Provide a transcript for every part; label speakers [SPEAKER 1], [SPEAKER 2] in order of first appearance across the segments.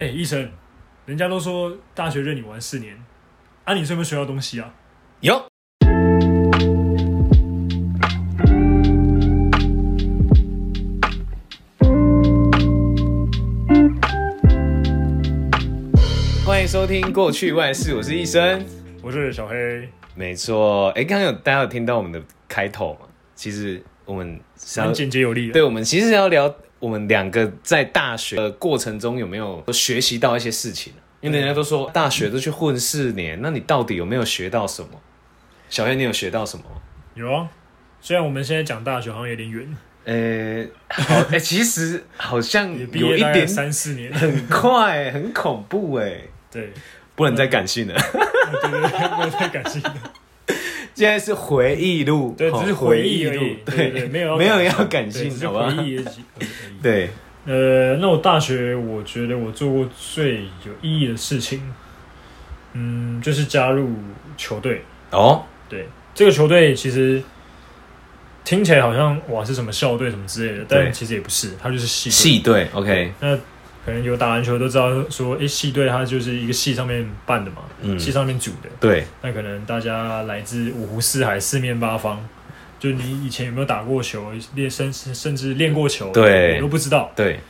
[SPEAKER 1] 哎、医生，人家都说大学任你玩四年，啊，你是有没有学到东西啊？
[SPEAKER 2] 有。欢迎收听《过去万事》，我是医生。
[SPEAKER 1] 我是小黑，
[SPEAKER 2] 没错，哎，刚刚有大家有听到我们的开头吗？其实我们是要
[SPEAKER 1] 蛮，简洁有力的。
[SPEAKER 2] 对，我们其实要聊我们两个在大学的过程中有没有学习到一些事情、啊因为人家都说大学都去混四年，那你到底有没有学到什么？小黑，你有学到什么吗？
[SPEAKER 1] 有啊，虽然我们现在讲大学好像有点远，
[SPEAKER 2] 呃， 好，哎、其实好像
[SPEAKER 1] 也毕
[SPEAKER 2] 有
[SPEAKER 1] 业
[SPEAKER 2] 一
[SPEAKER 1] 大概
[SPEAKER 2] 点。
[SPEAKER 1] 三四年
[SPEAKER 2] 很快、很恐怖哎、
[SPEAKER 1] 对，
[SPEAKER 2] 不能再感性了。
[SPEAKER 1] 啊对对对， 没有太感性的。
[SPEAKER 2] 现在是回忆录，
[SPEAKER 1] 对，
[SPEAKER 2] 哦
[SPEAKER 1] 只是回忆而
[SPEAKER 2] 忆
[SPEAKER 1] 已
[SPEAKER 2] 录。，
[SPEAKER 1] 对 对，没有
[SPEAKER 2] 没有
[SPEAKER 1] 要
[SPEAKER 2] 要
[SPEAKER 1] 对
[SPEAKER 2] 感性
[SPEAKER 1] 只，是
[SPEAKER 2] 好吧？
[SPEAKER 1] 回忆而已而已。
[SPEAKER 2] 对，
[SPEAKER 1] 呃，那我大学我觉得我做过最有意义的事情，嗯，就是加入球队。
[SPEAKER 2] 哦，
[SPEAKER 1] 对，这个球队其实听起来好像哇是什么校队什么之类的，
[SPEAKER 2] 对
[SPEAKER 1] 但其实也不是，它就是系队。
[SPEAKER 2] 系队，OK，
[SPEAKER 1] 那可能有打篮球都知道说，诶，系队它就是一个系上面办的嘛，
[SPEAKER 2] 嗯
[SPEAKER 1] 系上面组的。
[SPEAKER 2] 对，
[SPEAKER 1] 那可能大家来自五湖四海、四面八方，就你以前有没有打过球，练甚甚至练过球，
[SPEAKER 2] 对
[SPEAKER 1] 我都不知道。
[SPEAKER 2] 对，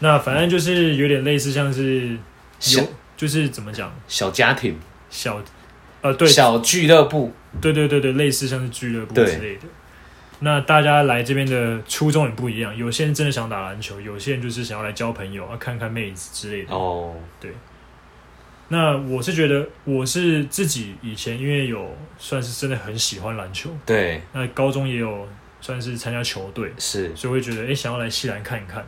[SPEAKER 1] 那反正就是有点类似，像是
[SPEAKER 2] 小
[SPEAKER 1] 有就是怎么讲
[SPEAKER 2] 小家庭，
[SPEAKER 1] 小，呃，对，
[SPEAKER 2] 小俱乐部，
[SPEAKER 1] 对对对对，类似像是俱乐部之
[SPEAKER 2] 对
[SPEAKER 1] 类的。那大家来这边的初衷也不一样，有些人真的想打篮球，有些人就是想要来交朋友，啊，看看妹子之类的。
[SPEAKER 2] 哦，
[SPEAKER 1] 那我是觉得，我是自己以前因为有算是真的很喜欢篮球，
[SPEAKER 2] 对，
[SPEAKER 1] 那高中也有算是参加球队，
[SPEAKER 2] 是，
[SPEAKER 1] 所以会觉得哎、诶想要来西兰看一看。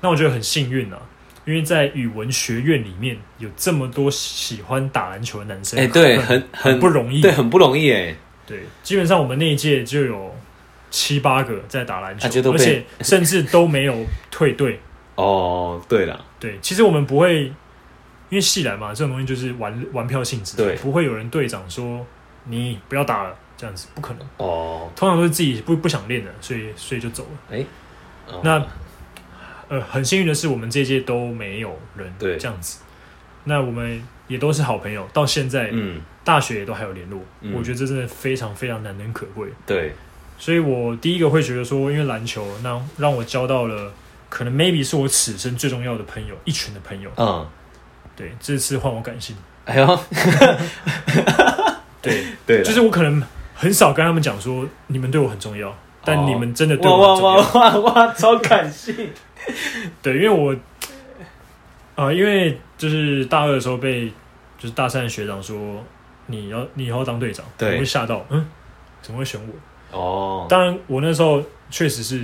[SPEAKER 1] 那我觉得很幸运啊，因为在语文学院里面有这么多喜欢打篮球的男生，
[SPEAKER 2] 哎、 对，很很
[SPEAKER 1] 不容易，啊
[SPEAKER 2] 对，很不容易哎，
[SPEAKER 1] 对，基本上我们那一届就有七八个在打篮球，
[SPEAKER 2] 啊就都
[SPEAKER 1] 而
[SPEAKER 2] 被
[SPEAKER 1] 且甚至都没有退 队。
[SPEAKER 2] 哦，对了，
[SPEAKER 1] 对，其实我们不会，因为系篮嘛，这种东西就是玩玩票性质，
[SPEAKER 2] 对
[SPEAKER 1] 不会有人队长说你不要打了这样子，不可能。
[SPEAKER 2] 哦，
[SPEAKER 1] 通常都是自己不不想练的，所以所以就走了。
[SPEAKER 2] 哦
[SPEAKER 1] 那呃，很幸运的是，我们这一届都没有人
[SPEAKER 2] 对
[SPEAKER 1] 这样子。那我们也都是好朋友，到现在、
[SPEAKER 2] 嗯，
[SPEAKER 1] 大学也都还有联络，
[SPEAKER 2] 嗯
[SPEAKER 1] 我觉得这真的非常非常难能可贵。
[SPEAKER 2] 对，
[SPEAKER 1] 所以我第一个会觉得说，因为篮球，那让我交到了可能 maybe 是我此生最重要的朋友，一群的朋友。
[SPEAKER 2] 嗯，
[SPEAKER 1] 对，这次换我感性，
[SPEAKER 2] 哎呦，
[SPEAKER 1] 对，
[SPEAKER 2] 对啦，
[SPEAKER 1] 就是我可能很少跟他们讲说，你们对我很重要，但
[SPEAKER 2] 哦
[SPEAKER 1] 你们真的对
[SPEAKER 2] 哇
[SPEAKER 1] 我
[SPEAKER 2] 哇
[SPEAKER 1] 很重要。
[SPEAKER 2] 哦哇哇哇，超感性。
[SPEAKER 1] 对，因为我啊、因为就是大二的时候被就是大三的学长说，你要你以后要当队长，
[SPEAKER 2] 对
[SPEAKER 1] 我会吓到，嗯，怎么会选我？
[SPEAKER 2] 哦，
[SPEAKER 1] 当然，我那时候确实是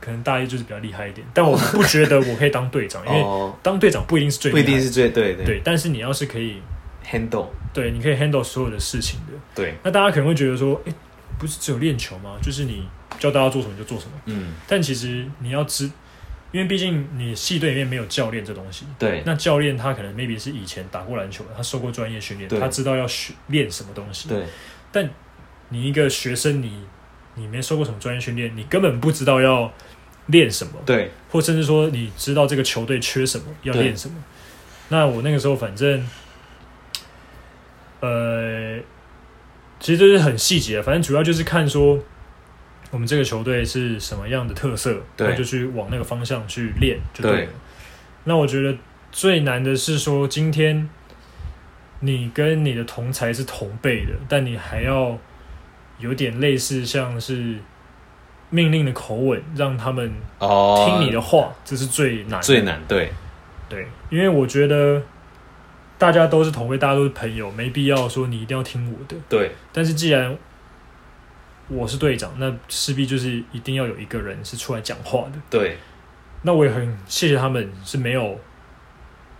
[SPEAKER 1] 可能大一就是比较厉害一点，但我不觉得我可以当队长，因为
[SPEAKER 2] 哦，
[SPEAKER 1] 当队长不一定是最
[SPEAKER 2] 不一定
[SPEAKER 1] 是
[SPEAKER 2] 是最对对
[SPEAKER 1] 对，但是你要是可以，
[SPEAKER 2] handle
[SPEAKER 1] 对，你可以 handle 所有的事情的。
[SPEAKER 2] 对，
[SPEAKER 1] 那大家可能会觉得说，哎、不是只有练球吗？就是你教大家做什么就做什么。
[SPEAKER 2] 嗯，
[SPEAKER 1] 但其实你要知，因为毕竟你系队里面没有教练这东西。
[SPEAKER 2] 对
[SPEAKER 1] 那教练他可能 maybe 是以前打过篮球的，他受过专业训练，
[SPEAKER 2] 对
[SPEAKER 1] 他知道要学练什么东西。
[SPEAKER 2] 对
[SPEAKER 1] 你一个学生你，你没受过什么专业训练，你根本不知道要练什么，
[SPEAKER 2] 对，
[SPEAKER 1] 或甚至说你知道这个球队缺什么，要
[SPEAKER 2] 对
[SPEAKER 1] 练什么。那我那个时候反正，呃，其实就是很细节，反正主要就是看说我们这个球队是什么样的特色，
[SPEAKER 2] 对
[SPEAKER 1] 那就去往那个方向去练就对了。
[SPEAKER 2] 对
[SPEAKER 1] 那我觉得最难的是说今天。你跟你的同才是同辈的，但你还要有点类似像是命令的口吻，让他们
[SPEAKER 2] 哦，
[SPEAKER 1] 听你的话，这是最难的
[SPEAKER 2] 最难，对
[SPEAKER 1] 对，因为我觉得大家都是同辈，大家都是朋友，没必要说你一定要听我的。
[SPEAKER 2] 对
[SPEAKER 1] 但是既然我是队长，那势必就是一定要有一个人是出来讲话的。
[SPEAKER 2] 对
[SPEAKER 1] 那我也很谢谢他们是没有，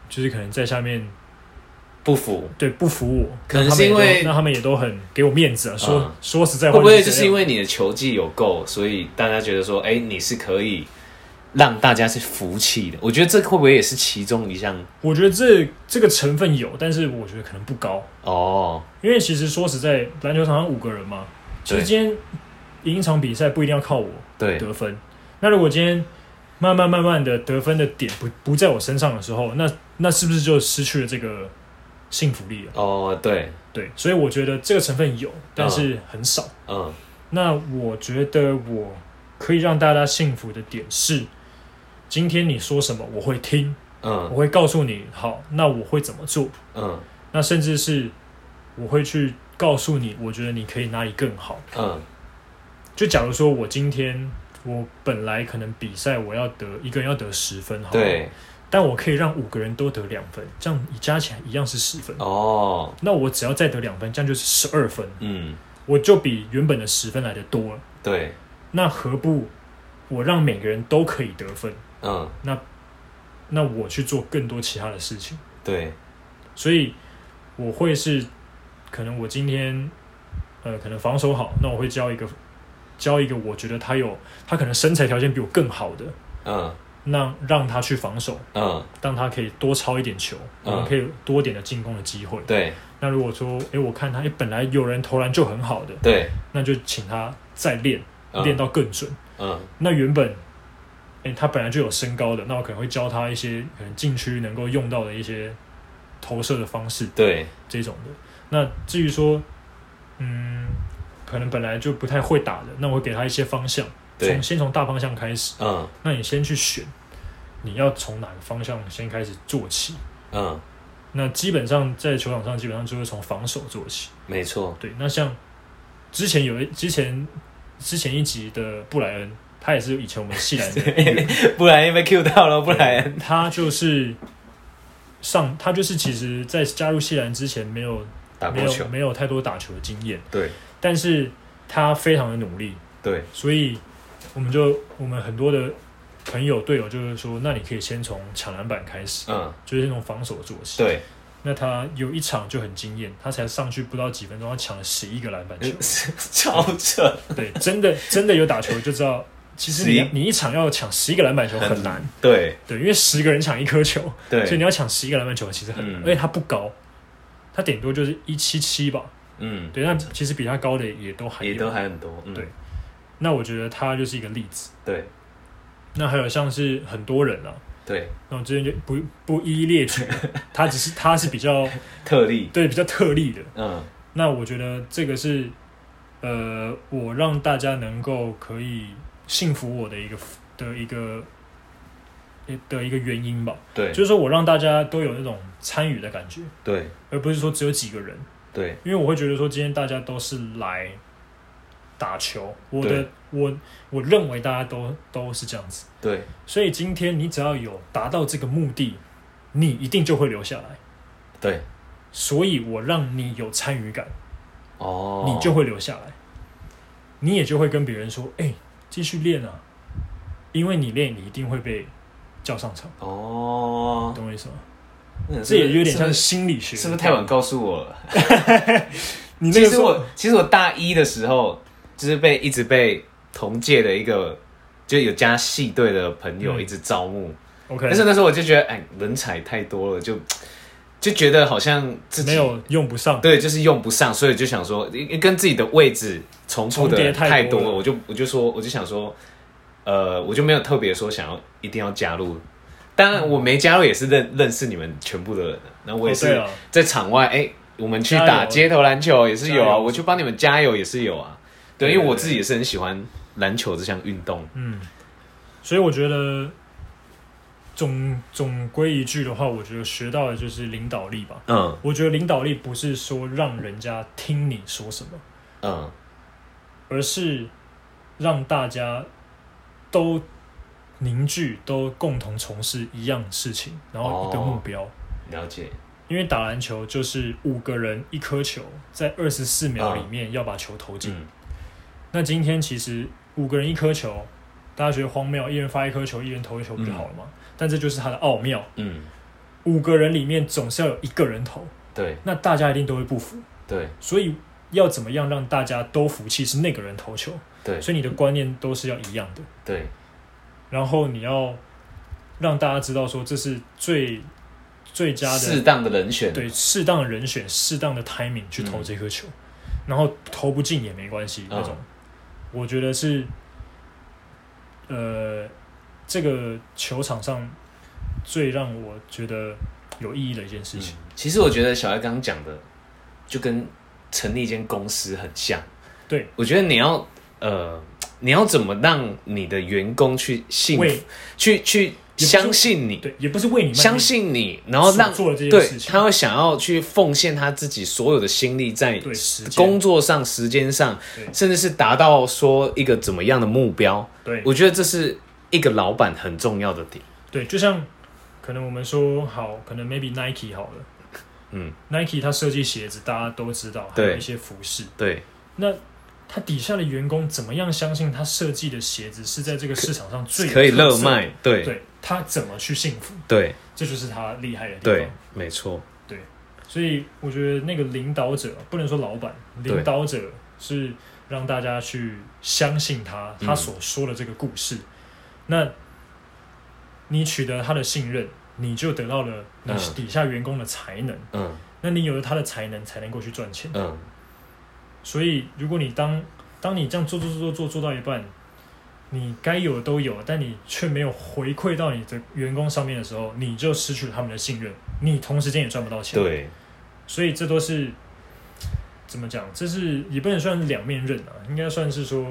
[SPEAKER 1] 就是可能在下面
[SPEAKER 2] 不服，
[SPEAKER 1] 对不服我，
[SPEAKER 2] 可能
[SPEAKER 1] 那他
[SPEAKER 2] 是
[SPEAKER 1] 们也
[SPEAKER 2] 因
[SPEAKER 1] 都
[SPEAKER 2] 为
[SPEAKER 1] 那他们也都很给我面子啊，说、
[SPEAKER 2] 嗯
[SPEAKER 1] 说实在
[SPEAKER 2] 会
[SPEAKER 1] 话，
[SPEAKER 2] 不会就
[SPEAKER 1] 这
[SPEAKER 2] 是
[SPEAKER 1] 样
[SPEAKER 2] 因为你的球技有够，所以大家觉得说，哎，你是可以让大家是服气的？我觉得这会不会也是其中一项？
[SPEAKER 1] 我觉得这这个成分有，但是我觉得可能不高。
[SPEAKER 2] 哦，
[SPEAKER 1] 因为其实说实在，篮球场上五个人嘛，其实
[SPEAKER 2] 对
[SPEAKER 1] 今天赢一场比赛不一定要靠我
[SPEAKER 2] 对
[SPEAKER 1] 得分。那如果今天慢慢慢慢的得分的点不不在我身上的时候，那那是不是就失去了这个幸福力了？
[SPEAKER 2] 哦，对，
[SPEAKER 1] 对，所以我觉得这个成分有，但是很少。
[SPEAKER 2] 嗯，
[SPEAKER 1] 那我觉得我可以让大家幸福的点是，今天你说什么我会听，我
[SPEAKER 2] 嗯，
[SPEAKER 1] 会告诉你，好，那我会怎么做？
[SPEAKER 2] 嗯，
[SPEAKER 1] 那甚至是我会去告诉你，我觉得你可以哪里更好。
[SPEAKER 2] 嗯，
[SPEAKER 1] 就假如说我今天我本来可能比赛我要得一个人要得十分，好，，
[SPEAKER 2] 对，
[SPEAKER 1] 但我可以让五个人都得两分，这样你加起来一样是十分。
[SPEAKER 2] 哦，
[SPEAKER 1] 那我只要再得两分，这样就是十二分，
[SPEAKER 2] 嗯，
[SPEAKER 1] 我就比原本的十分来的多了。
[SPEAKER 2] 对，
[SPEAKER 1] 那何不我让每个人都可以得分？
[SPEAKER 2] 嗯，
[SPEAKER 1] 那我去做更多其他的事情。
[SPEAKER 2] 对，
[SPEAKER 1] 所以我会是，可能我今天呃，可能防守好，那我会教一个教一个我觉得他有他可能身材条件比我更好的，
[SPEAKER 2] 嗯，
[SPEAKER 1] 那让他去防守，
[SPEAKER 2] 嗯，
[SPEAKER 1] 让他可以多抄一点球，我们可以有多点的进攻的机会。
[SPEAKER 2] 对，
[SPEAKER 1] 那如果说诶，我看他诶本来有人投篮就很好的，
[SPEAKER 2] 对，
[SPEAKER 1] 那就请他再练练
[SPEAKER 2] 嗯，
[SPEAKER 1] 到更准。
[SPEAKER 2] 嗯，
[SPEAKER 1] 那原本，哎、他本来就有身高的，那我可能会教他一些可能禁区能够用到的一些投射的方式
[SPEAKER 2] 对，
[SPEAKER 1] 这种的。那至于说，嗯，可能本来就不太会打的，那我会给他一些方向，
[SPEAKER 2] 对
[SPEAKER 1] 从，先从大方向开始。
[SPEAKER 2] 嗯，
[SPEAKER 1] 那你先去选，你要从哪个方向先开始做起？
[SPEAKER 2] 嗯，
[SPEAKER 1] 那基本上在球场上，基本上就会从防守做起。
[SPEAKER 2] 没错，
[SPEAKER 1] 对，那像之前有一之前之前一集的布莱恩，他也是以前我们 系篮的
[SPEAKER 2] 不然被 Q 到了，不然，
[SPEAKER 1] 他就是上，他就是其实，在加入西兰之前没有
[SPEAKER 2] 打
[SPEAKER 1] 没
[SPEAKER 2] 过球
[SPEAKER 1] 有，没有太多打球的经验，
[SPEAKER 2] 对，
[SPEAKER 1] 但是他非常的努力，
[SPEAKER 2] 对，
[SPEAKER 1] 所以我们就我们很多的朋友队友就是说，那你可以先从抢篮板开始，
[SPEAKER 2] 嗯，
[SPEAKER 1] 就是先从防守做起。
[SPEAKER 2] 对，。
[SPEAKER 1] 那他有一场就很惊艳，他才上去不到几分钟，他抢了十一个篮板球
[SPEAKER 2] 超扯，
[SPEAKER 1] 对，真的真的有打球就知道，其实你
[SPEAKER 2] 11
[SPEAKER 1] 你一场要抢十一个篮板球很难，
[SPEAKER 2] 对，
[SPEAKER 1] 对，因为十个人抢一颗球。所以
[SPEAKER 2] 对
[SPEAKER 1] 你，要抢十一个篮板球其实很难，
[SPEAKER 2] 嗯
[SPEAKER 1] 而且他不高，他顶多就是一七七吧。
[SPEAKER 2] 嗯，
[SPEAKER 1] 对，那其实比他高的也都还有
[SPEAKER 2] 也都还很多，嗯
[SPEAKER 1] 对那我觉得他就是一个例子。
[SPEAKER 2] 对，
[SPEAKER 1] 那还有像是很多人啊，
[SPEAKER 2] 对，
[SPEAKER 1] 那我之前就不不一一列 举，他只是他是比较
[SPEAKER 2] 特例，
[SPEAKER 1] 对比较特例的。
[SPEAKER 2] 嗯，
[SPEAKER 1] 那我觉得这个是呃，我让大家能够可以信服我的一个的一个的一个原因吧，
[SPEAKER 2] 对
[SPEAKER 1] 就，是说我让大家都有那种参与的感觉，
[SPEAKER 2] 对，
[SPEAKER 1] 而不是说只有几个人。
[SPEAKER 2] 对，
[SPEAKER 1] 因为我会觉得说，今天大家都是来打球，我的
[SPEAKER 2] 对
[SPEAKER 1] 我我认为大家都都是这样子，
[SPEAKER 2] 对，
[SPEAKER 1] 所以今天你只要有达到这个目的，你一定就会留下来。
[SPEAKER 2] 对，
[SPEAKER 1] 所以我让你有参与感，
[SPEAKER 2] 哦，
[SPEAKER 1] 你就会留下来，你也就会跟别人说：“哎、继续练啊！”因为你练，你一定会被叫上场，
[SPEAKER 2] 哦，
[SPEAKER 1] 懂我意思吗？
[SPEAKER 2] 那
[SPEAKER 1] 这也有点
[SPEAKER 2] 是不
[SPEAKER 1] 像
[SPEAKER 2] 是
[SPEAKER 1] 心理学，
[SPEAKER 2] 是不是太晚？告诉我了？
[SPEAKER 1] 你那
[SPEAKER 2] 其
[SPEAKER 1] 个
[SPEAKER 2] 实
[SPEAKER 1] 时候
[SPEAKER 2] 我其实我大一的时候就是被一直被同届的一个就有加系队的朋友
[SPEAKER 1] 嗯
[SPEAKER 2] 一直招募，
[SPEAKER 1] OK，
[SPEAKER 2] 但是那时候我就觉得哎人才太多了，就就觉得好像自己
[SPEAKER 1] 没有用不上，
[SPEAKER 2] 对，就是用不上，所以就想说跟自己的位置重复
[SPEAKER 1] 重叠
[SPEAKER 2] 的
[SPEAKER 1] 太
[SPEAKER 2] 太
[SPEAKER 1] 多了
[SPEAKER 2] 多了，我就我就说我就想说，呃，我就没有特别说想要一定要加入。当然，我没加入也是认认识你们全部的人，那我也
[SPEAKER 1] 哦对
[SPEAKER 2] 是
[SPEAKER 1] 啊
[SPEAKER 2] 在场外，哎、我们去
[SPEAKER 1] 加油
[SPEAKER 2] 打街头篮球也是有
[SPEAKER 1] 加
[SPEAKER 2] 啊，
[SPEAKER 1] 油
[SPEAKER 2] 我去帮你们加油也是有啊。对，
[SPEAKER 1] 对
[SPEAKER 2] 因为我
[SPEAKER 1] 对
[SPEAKER 2] 自己也是很喜欢篮球这项运动。
[SPEAKER 1] 嗯，所以我觉得总总归一句的话，我觉得学到的就是领导力吧。
[SPEAKER 2] 嗯
[SPEAKER 1] 我觉得领导力不是说让人家听你说什么，
[SPEAKER 2] 嗯，
[SPEAKER 1] 而是让大家都凝聚，都共同从事一样事情，然后一个
[SPEAKER 2] 哦
[SPEAKER 1] 目标。
[SPEAKER 2] 了解。
[SPEAKER 1] 因为打篮球就是五个人一颗球，在二十四秒
[SPEAKER 2] 嗯
[SPEAKER 1] 里面要把球投进。
[SPEAKER 2] 嗯，
[SPEAKER 1] 那今天其实五个人一颗球，大家觉得荒谬，一人发一颗球，一人投一球不就好了吗？但这就是它的奥妙。
[SPEAKER 2] 嗯，
[SPEAKER 1] 五个人里面总是要有一个人投，
[SPEAKER 2] 对
[SPEAKER 1] 那大家一定都会不服。
[SPEAKER 2] 对
[SPEAKER 1] 所以要怎么样让大家都服气是那个人投球，
[SPEAKER 2] 对
[SPEAKER 1] 所以你的观念都是要一样的。
[SPEAKER 2] 对，
[SPEAKER 1] 然后你要让大家知道说这是最最佳的
[SPEAKER 2] 适当的人选。
[SPEAKER 1] 对适当的人选、适当的 timing 去投
[SPEAKER 2] 嗯
[SPEAKER 1] 这颗球，然后投不进也
[SPEAKER 2] 啊
[SPEAKER 1] 没关系、
[SPEAKER 2] 嗯
[SPEAKER 1] 那种，我觉得是呃这个球场上最让我觉得有意义的一件事情。
[SPEAKER 2] 嗯其实我觉得小艾刚刚讲的，就跟成立一间公司很像。
[SPEAKER 1] 对，
[SPEAKER 2] 我觉得你要呃，你要怎么让你的员工去信服
[SPEAKER 1] 为
[SPEAKER 2] 去去
[SPEAKER 1] 是
[SPEAKER 2] 相信你，
[SPEAKER 1] 对，也不是为你卖力
[SPEAKER 2] 相信你，然后让
[SPEAKER 1] 所做的这件
[SPEAKER 2] 对
[SPEAKER 1] 事情
[SPEAKER 2] 他会想要去奉献他自己所有的心力在
[SPEAKER 1] 对时间
[SPEAKER 2] 工作上、时间上，
[SPEAKER 1] 对
[SPEAKER 2] 甚至是达到说一个怎么样的目标。
[SPEAKER 1] 对
[SPEAKER 2] 我觉得这是一个老板很重要的点。
[SPEAKER 1] 对，就像可能我们说好，可能 maybe Nike 好了，
[SPEAKER 2] 嗯
[SPEAKER 1] ，Nike 它设计鞋子，大家都知道，还
[SPEAKER 2] 对
[SPEAKER 1] 有一些服饰，
[SPEAKER 2] 对，
[SPEAKER 1] 那。它底下的员工怎么样相信他设计的鞋子是在这个市场上最有
[SPEAKER 2] 可以
[SPEAKER 1] 特
[SPEAKER 2] 热
[SPEAKER 1] 色的
[SPEAKER 2] 卖，对
[SPEAKER 1] 对他怎么去幸福，
[SPEAKER 2] 对
[SPEAKER 1] 这就是他厉害的地
[SPEAKER 2] 对
[SPEAKER 1] 方。，
[SPEAKER 2] 没错，
[SPEAKER 1] 所以我觉得那个领导者不能说老板，
[SPEAKER 2] 对
[SPEAKER 1] 领导者是让大家去相信他，
[SPEAKER 2] 嗯
[SPEAKER 1] 他所说的这个故事。那你取得他的信任，你就得到了你
[SPEAKER 2] 嗯
[SPEAKER 1] 底下员工的才能。
[SPEAKER 2] 嗯
[SPEAKER 1] 那你有了他的才能，才能够去赚钱。
[SPEAKER 2] 嗯，
[SPEAKER 1] 所以，如果你当当你这样做做做做做做到一半，你该有的都有，但你却没有回馈到你的员工上面的时候，你就失去了他们的信任，你同时间也赚不到钱。，
[SPEAKER 2] 对
[SPEAKER 1] 所以这都是怎么讲？这是也不能算是两面刃啊，应该算是说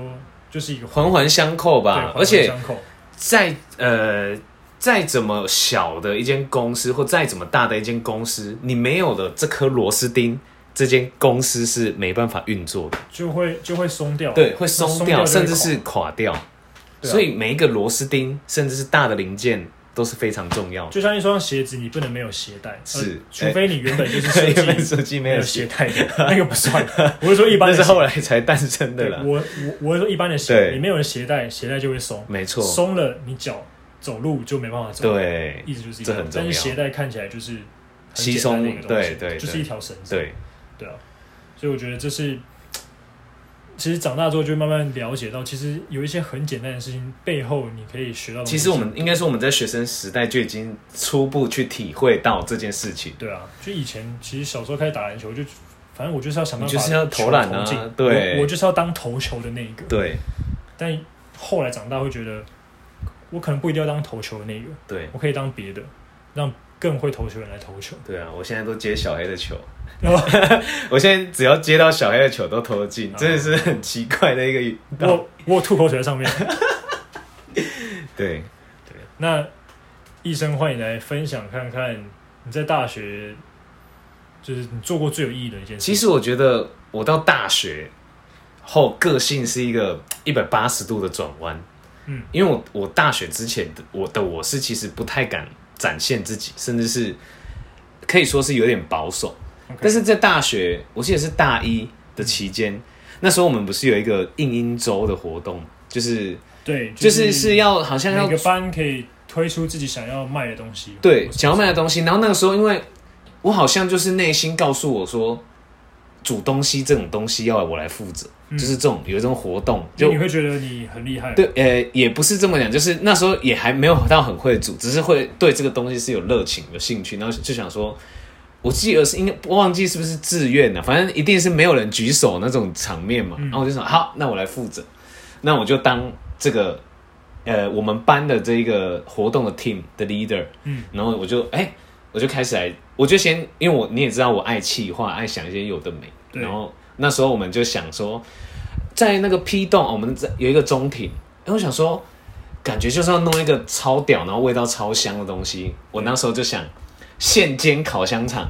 [SPEAKER 1] 就是一个
[SPEAKER 2] 环环相扣
[SPEAKER 1] 对
[SPEAKER 2] 吧
[SPEAKER 1] 环，
[SPEAKER 2] 而
[SPEAKER 1] 环
[SPEAKER 2] 且。
[SPEAKER 1] 相扣。
[SPEAKER 2] 再呃再怎么小的一间公司，或再怎么大的一间公司，你没有了这颗螺丝钉，这间公司是没办法运作的，
[SPEAKER 1] 就会就会松掉，
[SPEAKER 2] 对，会
[SPEAKER 1] 哦松
[SPEAKER 2] 松
[SPEAKER 1] 掉
[SPEAKER 2] 掉，
[SPEAKER 1] 就会
[SPEAKER 2] 甚至
[SPEAKER 1] 垮
[SPEAKER 2] 是垮掉。
[SPEAKER 1] 对啊
[SPEAKER 2] 所以每一个螺丝钉，甚至是大的零件，都是非常重要 的。
[SPEAKER 1] 就像一双鞋子，你不能没有鞋带，
[SPEAKER 2] 是
[SPEAKER 1] 呃除非你原本就是 设
[SPEAKER 2] 因为
[SPEAKER 1] 计
[SPEAKER 2] 设计
[SPEAKER 1] 没
[SPEAKER 2] 没有
[SPEAKER 1] 有
[SPEAKER 2] 鞋
[SPEAKER 1] 鞋，带的，那个不 算。我是说一般
[SPEAKER 2] 那
[SPEAKER 1] 的
[SPEAKER 2] 是
[SPEAKER 1] 鞋
[SPEAKER 2] 后来才诞生的
[SPEAKER 1] 对
[SPEAKER 2] 啦。
[SPEAKER 1] 我我我是说一般的鞋，
[SPEAKER 2] 对
[SPEAKER 1] 你没有鞋带，鞋带就会松，
[SPEAKER 2] 没错，
[SPEAKER 1] 松了你脚走路就没办法走。，
[SPEAKER 2] 对
[SPEAKER 1] 意思就是
[SPEAKER 2] 这
[SPEAKER 1] 样
[SPEAKER 2] 很重
[SPEAKER 1] 但
[SPEAKER 2] 要
[SPEAKER 1] 是鞋带看起来就是很
[SPEAKER 2] 稀
[SPEAKER 1] 简单的一
[SPEAKER 2] 松
[SPEAKER 1] 个东西
[SPEAKER 2] 对对
[SPEAKER 1] 就是
[SPEAKER 2] 对
[SPEAKER 1] 一条绳子。
[SPEAKER 2] 对，
[SPEAKER 1] 对啊，所以我觉得这是，其实长大之后就慢慢了解到，其实有一些很简单的事情背后你可以学到的东西。
[SPEAKER 2] 其实我们应该说我们在学生时代就已经初步去体会到这件事情。
[SPEAKER 1] 对啊，就以前其实小时候开始打篮球就。反正我就是要想办法
[SPEAKER 2] 你就是要投篮啊
[SPEAKER 1] 球投进
[SPEAKER 2] 对
[SPEAKER 1] 我我就是要当投球的那一个。
[SPEAKER 2] 对
[SPEAKER 1] 但后来长大会觉得，我可能不一定要当投球的那个，
[SPEAKER 2] 对，
[SPEAKER 1] 我可以当别的，让更会投球的人来投球。
[SPEAKER 2] 对啊，我现在都接小黑的球
[SPEAKER 1] 哦，
[SPEAKER 2] 我现在只要接到小黑的球都投得进，
[SPEAKER 1] 哦
[SPEAKER 2] 真的是很奇怪的一个运动。
[SPEAKER 1] 我我有吐口水在上面。
[SPEAKER 2] 对，
[SPEAKER 1] 那医生，欢迎来分享看看你在大学，就是你做过最有意义的一件事。
[SPEAKER 2] 其实我觉得我到大学后个性是一个一百八十度的转弯。
[SPEAKER 1] 嗯，
[SPEAKER 2] 因为我我大学之前的我的我是其实不太敢展现自己，甚至是可以说是有点保守。
[SPEAKER 1] OK，
[SPEAKER 2] 但是在大学，我记得是大一的期间，那时候我们不是有一个应英周的活动，就是
[SPEAKER 1] 对，
[SPEAKER 2] 就是是要好像要
[SPEAKER 1] 每个班可以推出自己想要卖的东西。
[SPEAKER 2] 对
[SPEAKER 1] 或是
[SPEAKER 2] 想要卖的东西。然后那个时候，因为我好像就是内心告诉我说，煮东西这种东西要我来负责，
[SPEAKER 1] 嗯
[SPEAKER 2] 就是这种有一种活动，
[SPEAKER 1] 就
[SPEAKER 2] 就
[SPEAKER 1] 你会觉得你很厉害。
[SPEAKER 2] 对，呃，也不是这么讲，就是那时候也还没有到很会煮，只是会对这个东西是有热情、有兴趣，然后就想说，我记得是应该忘记是不是自愿了、反正一定是没有人举手那种场面
[SPEAKER 1] 嗯
[SPEAKER 2] 嘛。然后我就想，好，那我来负责，那我就当这个呃我们班的这个活动的 team 的 leader，
[SPEAKER 1] 嗯，
[SPEAKER 2] 然后我就哎、我就开始来，我就先因为我你也知道我爱气话，爱想一些有的没，
[SPEAKER 1] 对
[SPEAKER 2] 然后那时候我们就想说。在那个 P 栋，我们在有一个中庭，哎，我想说，感觉就是要弄一个超屌，然后味道超香的东西。我那时候就想，现煎烤香肠，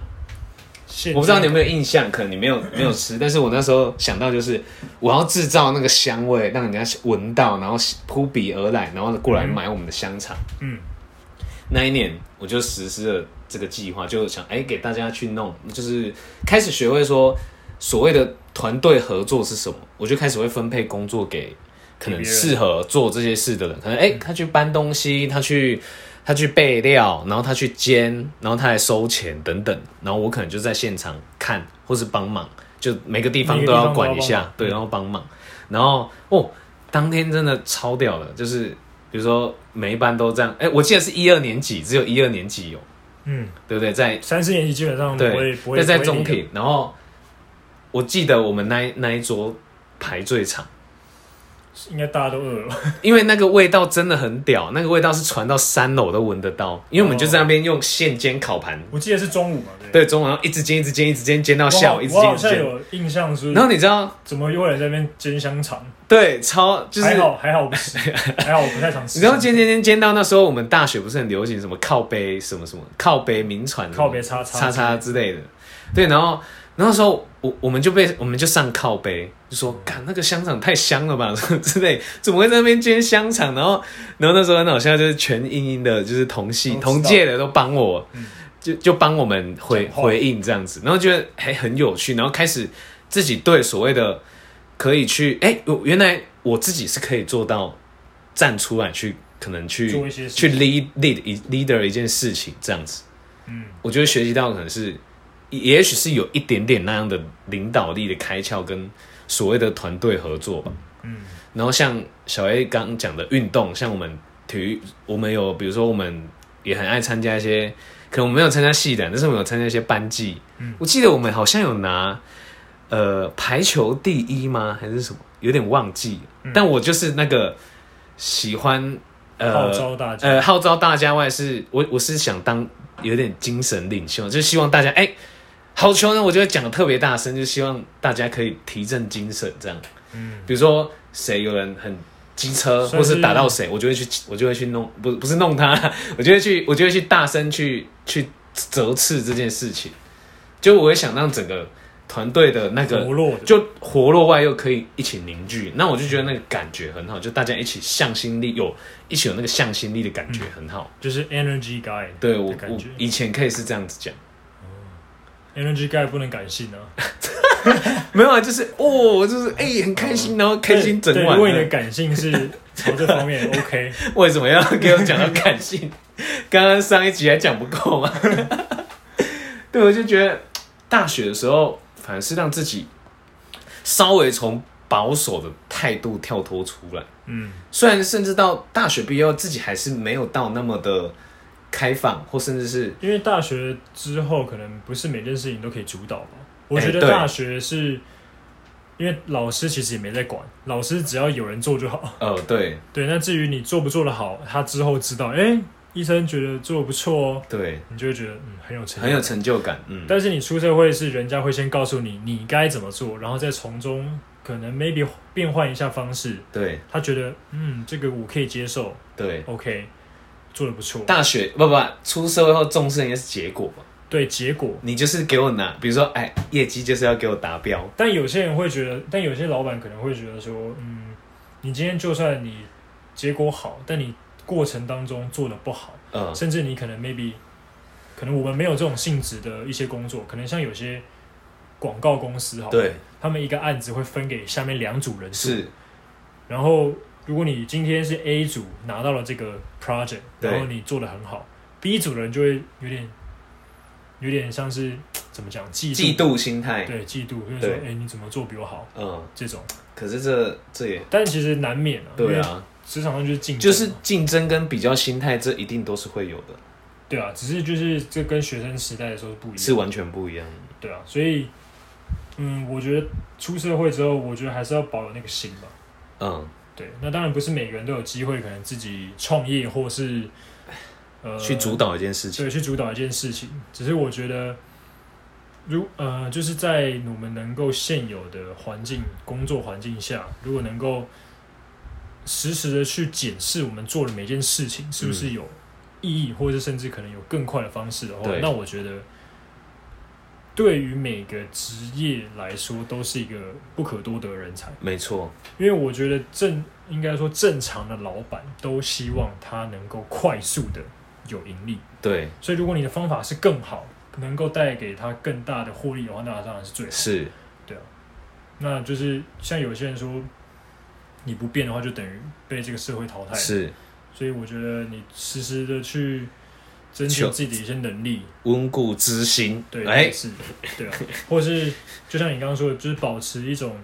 [SPEAKER 1] 现
[SPEAKER 2] 我不知道你有没有印象，可能你没有没有吃，但是我那时候想到就是，我要制造那个香味，让人家闻到，然后扑鼻而来，然后过来买我们的香肠。
[SPEAKER 1] 嗯，
[SPEAKER 2] 那一年我就实施了这个计划，就想哎、给大家去弄，就是开始学会说所谓的团队合作是什么，我就开始会分配工作给可能
[SPEAKER 1] 给别人
[SPEAKER 2] 适合做这些事的人，可能哎、他去搬东西，他去他去备料，然后他去煎，然后他来收钱等等，然后我可能就在现场看或是帮忙，就每个地方
[SPEAKER 1] 每个
[SPEAKER 2] 都
[SPEAKER 1] 地方
[SPEAKER 2] 要管一
[SPEAKER 1] 都要帮
[SPEAKER 2] 下
[SPEAKER 1] 忙，
[SPEAKER 2] 对，然后帮忙，然后哦，当天真的超屌了，就是比如说每一班都这样，哎、我记得是一二年级，只有一二年级有，
[SPEAKER 1] 嗯，
[SPEAKER 2] 对不对？在
[SPEAKER 1] 三四年级基本上不会
[SPEAKER 2] 对
[SPEAKER 1] 不，会
[SPEAKER 2] 那在
[SPEAKER 1] 不会
[SPEAKER 2] 中
[SPEAKER 1] 理的
[SPEAKER 2] 庭，然后我记得我们那一那一桌排最长，
[SPEAKER 1] 应该大家都饿了吧。
[SPEAKER 2] 因为那个味道真的很屌，那个味道是传到三楼都闻得到，因为我们就在那边用现煎烤盘，
[SPEAKER 1] 我记得是中午嘛，对不对。
[SPEAKER 2] 对，中午然后一直煎一直煎一直煎煎到
[SPEAKER 1] 我好
[SPEAKER 2] 下午，一直
[SPEAKER 1] 我
[SPEAKER 2] 煎一
[SPEAKER 1] 好
[SPEAKER 2] 直
[SPEAKER 1] 像
[SPEAKER 2] 煎。
[SPEAKER 1] 有印象是，
[SPEAKER 2] 然后你知道，
[SPEAKER 1] 怎么有人在那边煎香肠？
[SPEAKER 2] 对，超就是
[SPEAKER 1] 还好还好我不 吃，还好我不太常吃。
[SPEAKER 2] 你知道尖尖尖尖到那时候，我们大学不是很流行什么靠背什么什么靠背名传什么
[SPEAKER 1] 靠背叉叉
[SPEAKER 2] 叉叉之类的，对，然后然后那时候我我们就被我们就上靠背，就说干那个香肠太香了吧 什么之类，怎么会在那边煎香肠？然后然后那时候很好笑，就是全英英的，就是同系
[SPEAKER 1] 我知道嗯
[SPEAKER 2] 同届的都帮我，就就帮我们回
[SPEAKER 1] 讲话
[SPEAKER 2] 回应这样子，然后觉得还很有趣，然后开始自己对所谓的可以去，哎、我原来我自己是可以做到站出来去，可能去
[SPEAKER 1] 做一些事
[SPEAKER 2] 去 lead lead 一 leader 一件事情这样子。
[SPEAKER 1] 嗯，
[SPEAKER 2] 我觉得学习到可能是，也许是有一点点那样的领导力的开窍跟所谓的团队合作吧。
[SPEAKER 1] 嗯，
[SPEAKER 2] 然后像小 A 刚刚讲的运动，像我们体育，我们有比如说我们也很爱参加一些，可能我们没有参加系的，但是我们有参加一些班级。
[SPEAKER 1] 嗯
[SPEAKER 2] 我记得我们好像有拿呃排球第一吗？还是什么？有点忘记。
[SPEAKER 1] 嗯
[SPEAKER 2] 但我就是那个喜欢
[SPEAKER 1] 号
[SPEAKER 2] 呃
[SPEAKER 1] 召大家
[SPEAKER 2] 呃号召大家外是，我我是想当有点精神领袖，就是希望大家哎。好球呢，我就会讲的特别大声，就希望大家可以提振精神，这样。
[SPEAKER 1] 嗯，
[SPEAKER 2] 比如说谁有人很机车，
[SPEAKER 1] 算
[SPEAKER 2] 或
[SPEAKER 1] 是
[SPEAKER 2] 是打到谁，我就会去，我就会去弄，不不是弄他， 我就会去，我就会去大声去去责斥这件事情。就我也想让整个团队的那个
[SPEAKER 1] 活络的，
[SPEAKER 2] 就活络外又可以一起凝聚，那我就觉得那个感觉很好，就大家一起向心力有一起有那个向心力的感觉很好。
[SPEAKER 1] 就是 energy guy
[SPEAKER 2] 对我
[SPEAKER 1] 的感
[SPEAKER 2] 我
[SPEAKER 1] 觉
[SPEAKER 2] 以前可以是这样子讲，
[SPEAKER 1] energy guy 不能感性啊，
[SPEAKER 2] 没有啊，就是哦，就是哎、很开心，然后 开心
[SPEAKER 1] 哦
[SPEAKER 2] 整
[SPEAKER 1] 对对
[SPEAKER 2] 晚。啊
[SPEAKER 1] 如果你的感性是朝这方 面 OK，
[SPEAKER 2] 为什么要给我讲到感性？ 刚刚上一集还讲不够吗？ 对，我就觉得大学的时候，反而是让自己稍微从保守的态度跳脱出来。
[SPEAKER 1] 嗯，
[SPEAKER 2] 虽然甚至到大学毕业后，自己还是没有到那么的开放，或甚至是
[SPEAKER 1] 因为大学之后可能不是每件事情都可以主导吧。我觉得
[SPEAKER 2] 哎对
[SPEAKER 1] 大学是。因为老师其实也没在管，老师只要有人做就好。
[SPEAKER 2] 呃，对
[SPEAKER 1] 对，那至于你做不做得好，他之后知道，哎、医生觉得做得不错哦，
[SPEAKER 2] 对，
[SPEAKER 1] 你就会觉得嗯很有成就感，
[SPEAKER 2] 很有成就感。嗯，
[SPEAKER 1] 但是你出社会是人家会先告诉你你该怎么做，然后再从中可能 maybe 变换一下方式，
[SPEAKER 2] 对
[SPEAKER 1] 他觉得嗯这个我可以接受
[SPEAKER 2] 对，
[SPEAKER 1] ，OK，做的不错。
[SPEAKER 2] 大学不不出社会后重视应该是结果吧？
[SPEAKER 1] 对结果，
[SPEAKER 2] 你就是给我拿，比如说哎，业绩就是要给我达标。
[SPEAKER 1] 但有些人会觉得，但有些老板可能会觉得说，嗯，你今天就算你结果好，但你过程当中做的不好，
[SPEAKER 2] 嗯、
[SPEAKER 1] 甚至你可能 maybe 可能我们没有这种性质的一些工作，可能像有些广告公司哈，
[SPEAKER 2] 对，
[SPEAKER 1] 他们一个案子会分给下面两组人做。
[SPEAKER 2] 是。
[SPEAKER 1] 然后，如果你今天是 A 组拿到了这个 project，
[SPEAKER 2] 对
[SPEAKER 1] 然后你做的很好，B 组的人就会有点，有点像是怎么讲嫉
[SPEAKER 2] 嫉
[SPEAKER 1] 妒，
[SPEAKER 2] 妒心态。
[SPEAKER 1] 对嫉妒，就是说，
[SPEAKER 2] 对
[SPEAKER 1] 哎、你怎么做比我好
[SPEAKER 2] 嗯，
[SPEAKER 1] 这种。
[SPEAKER 2] 可是这这也
[SPEAKER 1] 但其实难免啊，
[SPEAKER 2] 对
[SPEAKER 1] 因为
[SPEAKER 2] 啊，
[SPEAKER 1] 职场上就是竞争
[SPEAKER 2] 就
[SPEAKER 1] 嘛，
[SPEAKER 2] 是竞争跟比较心态，这一定都是会有的，
[SPEAKER 1] 对啊，只是就是这跟学生时代的时候是不一
[SPEAKER 2] 是啊
[SPEAKER 1] 样，
[SPEAKER 2] 完全不一样的。
[SPEAKER 1] 对啊，所以，嗯，我觉得出社会之后，我觉得还是要保有那个心吧。
[SPEAKER 2] 嗯，
[SPEAKER 1] 对，那当然不是每个人都有机会，可能自己创业或是呃
[SPEAKER 2] 去主导一件事情，
[SPEAKER 1] 对，去主导一件事情。只是我觉得，如呃，就是在我们能够现有的环境、工作环境下，如果能够实时的去检视我们做的每件事情是不是有意义，或者甚至可能有更快的方式的话
[SPEAKER 2] 对，
[SPEAKER 1] 那我觉得。对于每个职业来说，都是一个不可多得的人才，
[SPEAKER 2] 没错，
[SPEAKER 1] 因为我觉得正应该说正常的老板都希望他能够快速的有盈利，
[SPEAKER 2] 对，
[SPEAKER 1] 所以如果你的方法是更好，能够带给他更大的获利的话，那当然是最好。
[SPEAKER 2] 是，
[SPEAKER 1] 那就是像有些人说，你不变的话，就等于被这个社会淘汰。
[SPEAKER 2] 是
[SPEAKER 1] 所以我觉得你实时的去增
[SPEAKER 2] 求
[SPEAKER 1] 进自己的一些能力，
[SPEAKER 2] 温故知新。
[SPEAKER 1] 对，
[SPEAKER 2] 哎，
[SPEAKER 1] 是，对啊，或是就像你刚刚说的，就是保持一种，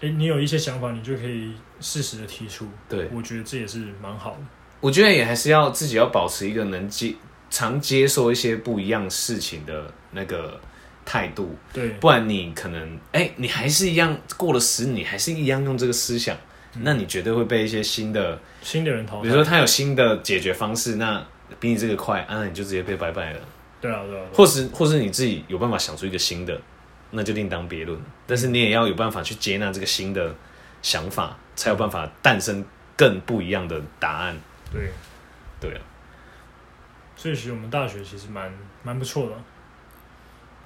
[SPEAKER 1] 哎，你有一些想法，你就可以适时的提出。
[SPEAKER 2] 对，
[SPEAKER 1] 我觉得这也是蛮好的。
[SPEAKER 2] 我觉得也还是要自己要保持一个能接常接受一些不一样事情的那个态度，
[SPEAKER 1] 对，
[SPEAKER 2] 哎不然你可能哎、你还是一样过了十，你还是一样用这个思想，
[SPEAKER 1] 嗯
[SPEAKER 2] 那你绝对会被一些新的，
[SPEAKER 1] 新的人淘汰
[SPEAKER 2] 比如。说他有新的解决方式，那比你这个快，啊，那你就直接被拜拜了。
[SPEAKER 1] 对啊，对啊，对啊
[SPEAKER 2] 或是或是你自己有办法想出一个新的，那就另当别论。但是你也要有办法去接纳这个新的想法，才有办法诞生更不一样的答案。
[SPEAKER 1] 对。
[SPEAKER 2] 对啊，
[SPEAKER 1] 所以其实我们大学其实蛮蛮不错的，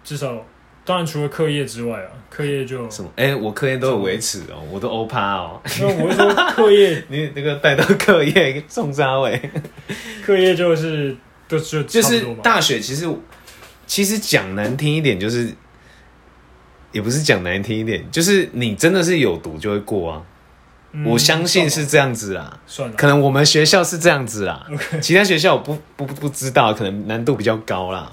[SPEAKER 1] 至少当然除了课业之外啊，课业就
[SPEAKER 2] 什么？哎、我课业都有维持哦，我都欧趴 哦。
[SPEAKER 1] 因为我是说课业
[SPEAKER 2] 你那个带到课业重扎尾，
[SPEAKER 1] 课业就是就就
[SPEAKER 2] 就
[SPEAKER 1] 差不
[SPEAKER 2] 是
[SPEAKER 1] 多嘛
[SPEAKER 2] 大学其实其实讲难听一点就是。也不是讲难听一点，就是你真的是有读就会过啊，
[SPEAKER 1] 嗯
[SPEAKER 2] 我相信是这样子啊。
[SPEAKER 1] 算了
[SPEAKER 2] 可，能我们学校是这样子啦其他学校我不不不知道，可能难度比较高啦，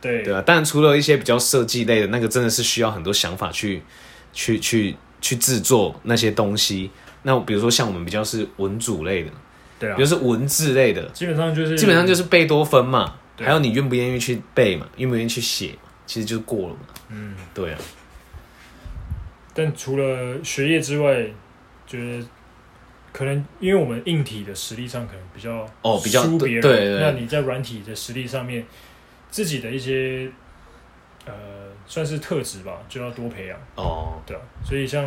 [SPEAKER 1] 对
[SPEAKER 2] 对吧、啊但除了一些比较设计类的，那个真的是需要很多想法去去去去制作那些东西。那比如说像我们比较是文组类的，
[SPEAKER 1] 对啊
[SPEAKER 2] 比如，是文字类的，
[SPEAKER 1] 基本上就是
[SPEAKER 2] 基本上就是贝多芬嘛，
[SPEAKER 1] 对
[SPEAKER 2] 还有你愿不愿意去背嘛，愿不愿意去写嘛，其实就是过了嘛。
[SPEAKER 1] 嗯，
[SPEAKER 2] 对啊，
[SPEAKER 1] 但除了学业之外，觉得可能因为我们硬体的实力上可能比较
[SPEAKER 2] 哦比较
[SPEAKER 1] 输
[SPEAKER 2] 对
[SPEAKER 1] 别人，
[SPEAKER 2] 对对
[SPEAKER 1] 那你在软体的实力上面，自己的一些呃算是特质吧，就要多培养。
[SPEAKER 2] 哦，
[SPEAKER 1] 对啊，所以像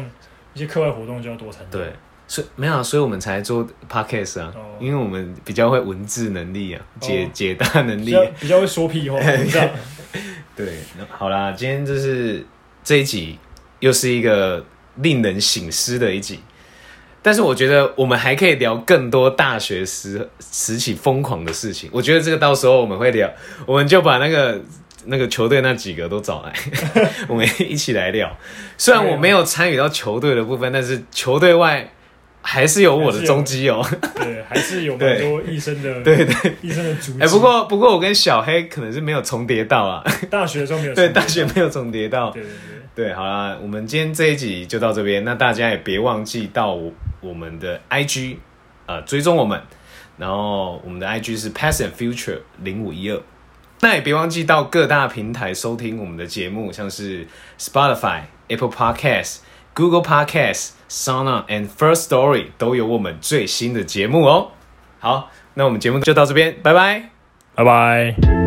[SPEAKER 1] 一些课外活动就要多参加。
[SPEAKER 2] 对，所以没有、啊，所以我们才做 podcast 啊，
[SPEAKER 1] 哦
[SPEAKER 2] 因为我们比较会文字能力啊，解、
[SPEAKER 1] 哦
[SPEAKER 2] 解答能
[SPEAKER 1] 比
[SPEAKER 2] 力、啊
[SPEAKER 1] 较比较会说屁 话，我不知道
[SPEAKER 2] 对，那好啦，今天就是这一集，又是一个令人醒思的一集。但是我觉得我们还可以聊更多大学时时期疯狂的事情。我觉得这个到时候我们会聊， 我们就把那个那个球队那几个都找来，我们一起来聊。虽然我没有参与到球队的部分，但是球队外还是有我的踪迹哦。
[SPEAKER 1] 对，还是有蛮多一生的
[SPEAKER 2] 对对，
[SPEAKER 1] 一生的足迹。
[SPEAKER 2] 哎、不过不过我跟小黑可能是没有重叠到啊，
[SPEAKER 1] 大学的时候没有
[SPEAKER 2] 对，
[SPEAKER 1] 参加
[SPEAKER 2] 大学没有重叠到。
[SPEAKER 1] 对对对，
[SPEAKER 2] 对，好啦，我们今天这一集就到这边，那大家也别忘记到我我们的 IG 呃追踪我们，然后我们的 IG 是 Past and Future 零五一二，那也别忘记到各大平台收听我们的节目，像是 Spotify、Apple Podcast、Google Podcast、s o n a and First Story 都有我们最新的节目哦。好，那我们节目就到这边，拜拜。
[SPEAKER 1] 拜拜。